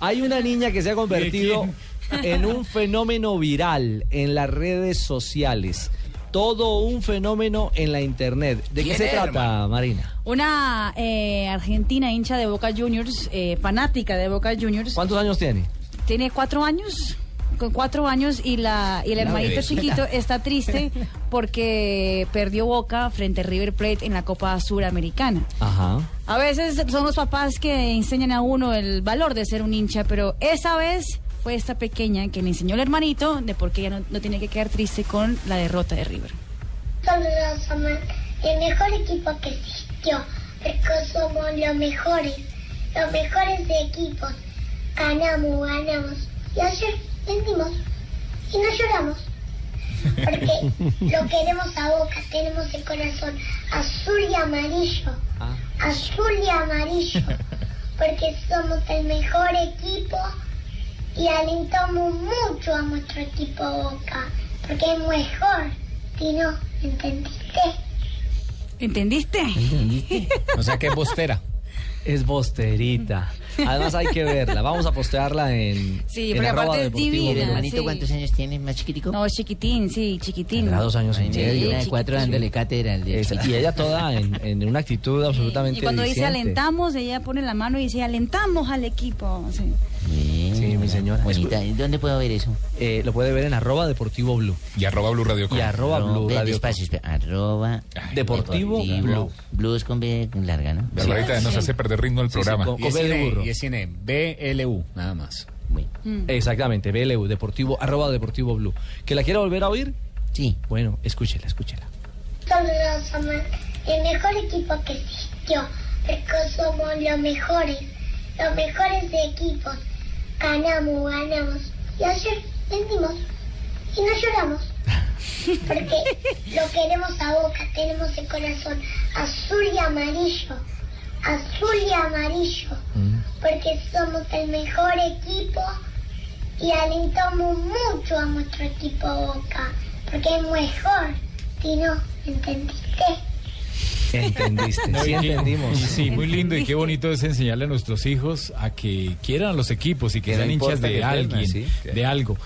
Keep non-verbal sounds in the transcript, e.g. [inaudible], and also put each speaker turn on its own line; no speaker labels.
Hay una niña que se ha convertido en un fenómeno viral en las redes sociales. Todo un fenómeno en la internet. ¿De qué
¿Quién
se
es,
trata,
hermano?
Marina?
Una eh, argentina hincha de Boca Juniors, eh, fanática de Boca Juniors,
¿Cuántos años tiene?
tiene cuatro años. Con cuatro años y, la, y el hermanito
[laughs]
bebecita.
chiquito está triste porque perdió Boca frente a River Plate en la Copa Suramericana.
Ajá.
A veces son los papás que enseñan a uno el valor de ser un hincha, pero esa vez fue esta pequeña que le enseñó el hermanito de por qué ella no, no tiene que quedar triste con la derrota de River.
Nosotros somos el mejor equipo que existió, porque somos los mejores, los mejores equipos. Ganamos, ganamos. Y ayer vendimos y no lloramos, porque lo queremos a boca, tenemos el corazón azul y amarillo,
Ah.
azul y amarillo, porque somos el mejor equipo y alentamos mucho a nuestro equipo boca, porque es mejor. Tino, ¿entendiste?
¿Entendiste?
O sea que es bostera.
Es bosterita. Además hay que verla. Vamos a postearla en.
Sí,
en
porque
arroba
aparte es
deportivo
divina.
Blue.
Mira,
hermanito
sí.
cuántos años tiene? ¿Más chiquitico?
No, chiquitín, sí, chiquitín.
Tendrá dos años y
Ay,
medio.
nena, de cuatro
Sí.
dándole cátedra al de-
Esa- Y ella toda en, en una actitud absolutamente.
Y cuando dice
diciente.
alentamos, ella pone la mano y dice alentamos al equipo. sí.
Bien,
Sí, mi
buena-
señora.
Bonita. ¿Y ¿Dónde puedo ver eso?
Eh, lo puede ver en arroba deportivo blue.
Y arroba Blue Radio.
Y
com.
arroba
Arroba-
blue
ve,
radio.
despacio, espera. Arroba.
Deportivo Blue.
Blue es con B larga, ¿no?
La verdad nos hace perder ritmo del
Sí, sí,
programa.
con-
Y es
Coge de
cine,
burro.
y es cine, BLU, nada más.
Bueno,
Mm. Exactamente, BLU, deportivo, arroba deportivo blue. ¿Que la quiera volver a oír?
sí.
Bueno, escúchela, escúchela.
Nosotros somos el mejor equipo que existió, porque somos los mejores, los mejores equipos. Ganamos, ganamos. Y ayer vendimos y no lloramos, porque lo queremos a boca, tenemos el corazón azul y amarillo, azul y amarillo,
Mm.
porque somos el mejor equipo y alentamos mucho a nuestro equipo boca, porque es mejor. Tino, ¿entendiste?
Entendiste,
No,
sí
y que-
entendimos.
y sí, muy
[laughs]
lindo y qué bonito es enseñarle a nuestros hijos a que quieran los equipos y que,
Que no
sean hinchas
importa que
de
pierdan,
alguien,
sí.
de algo.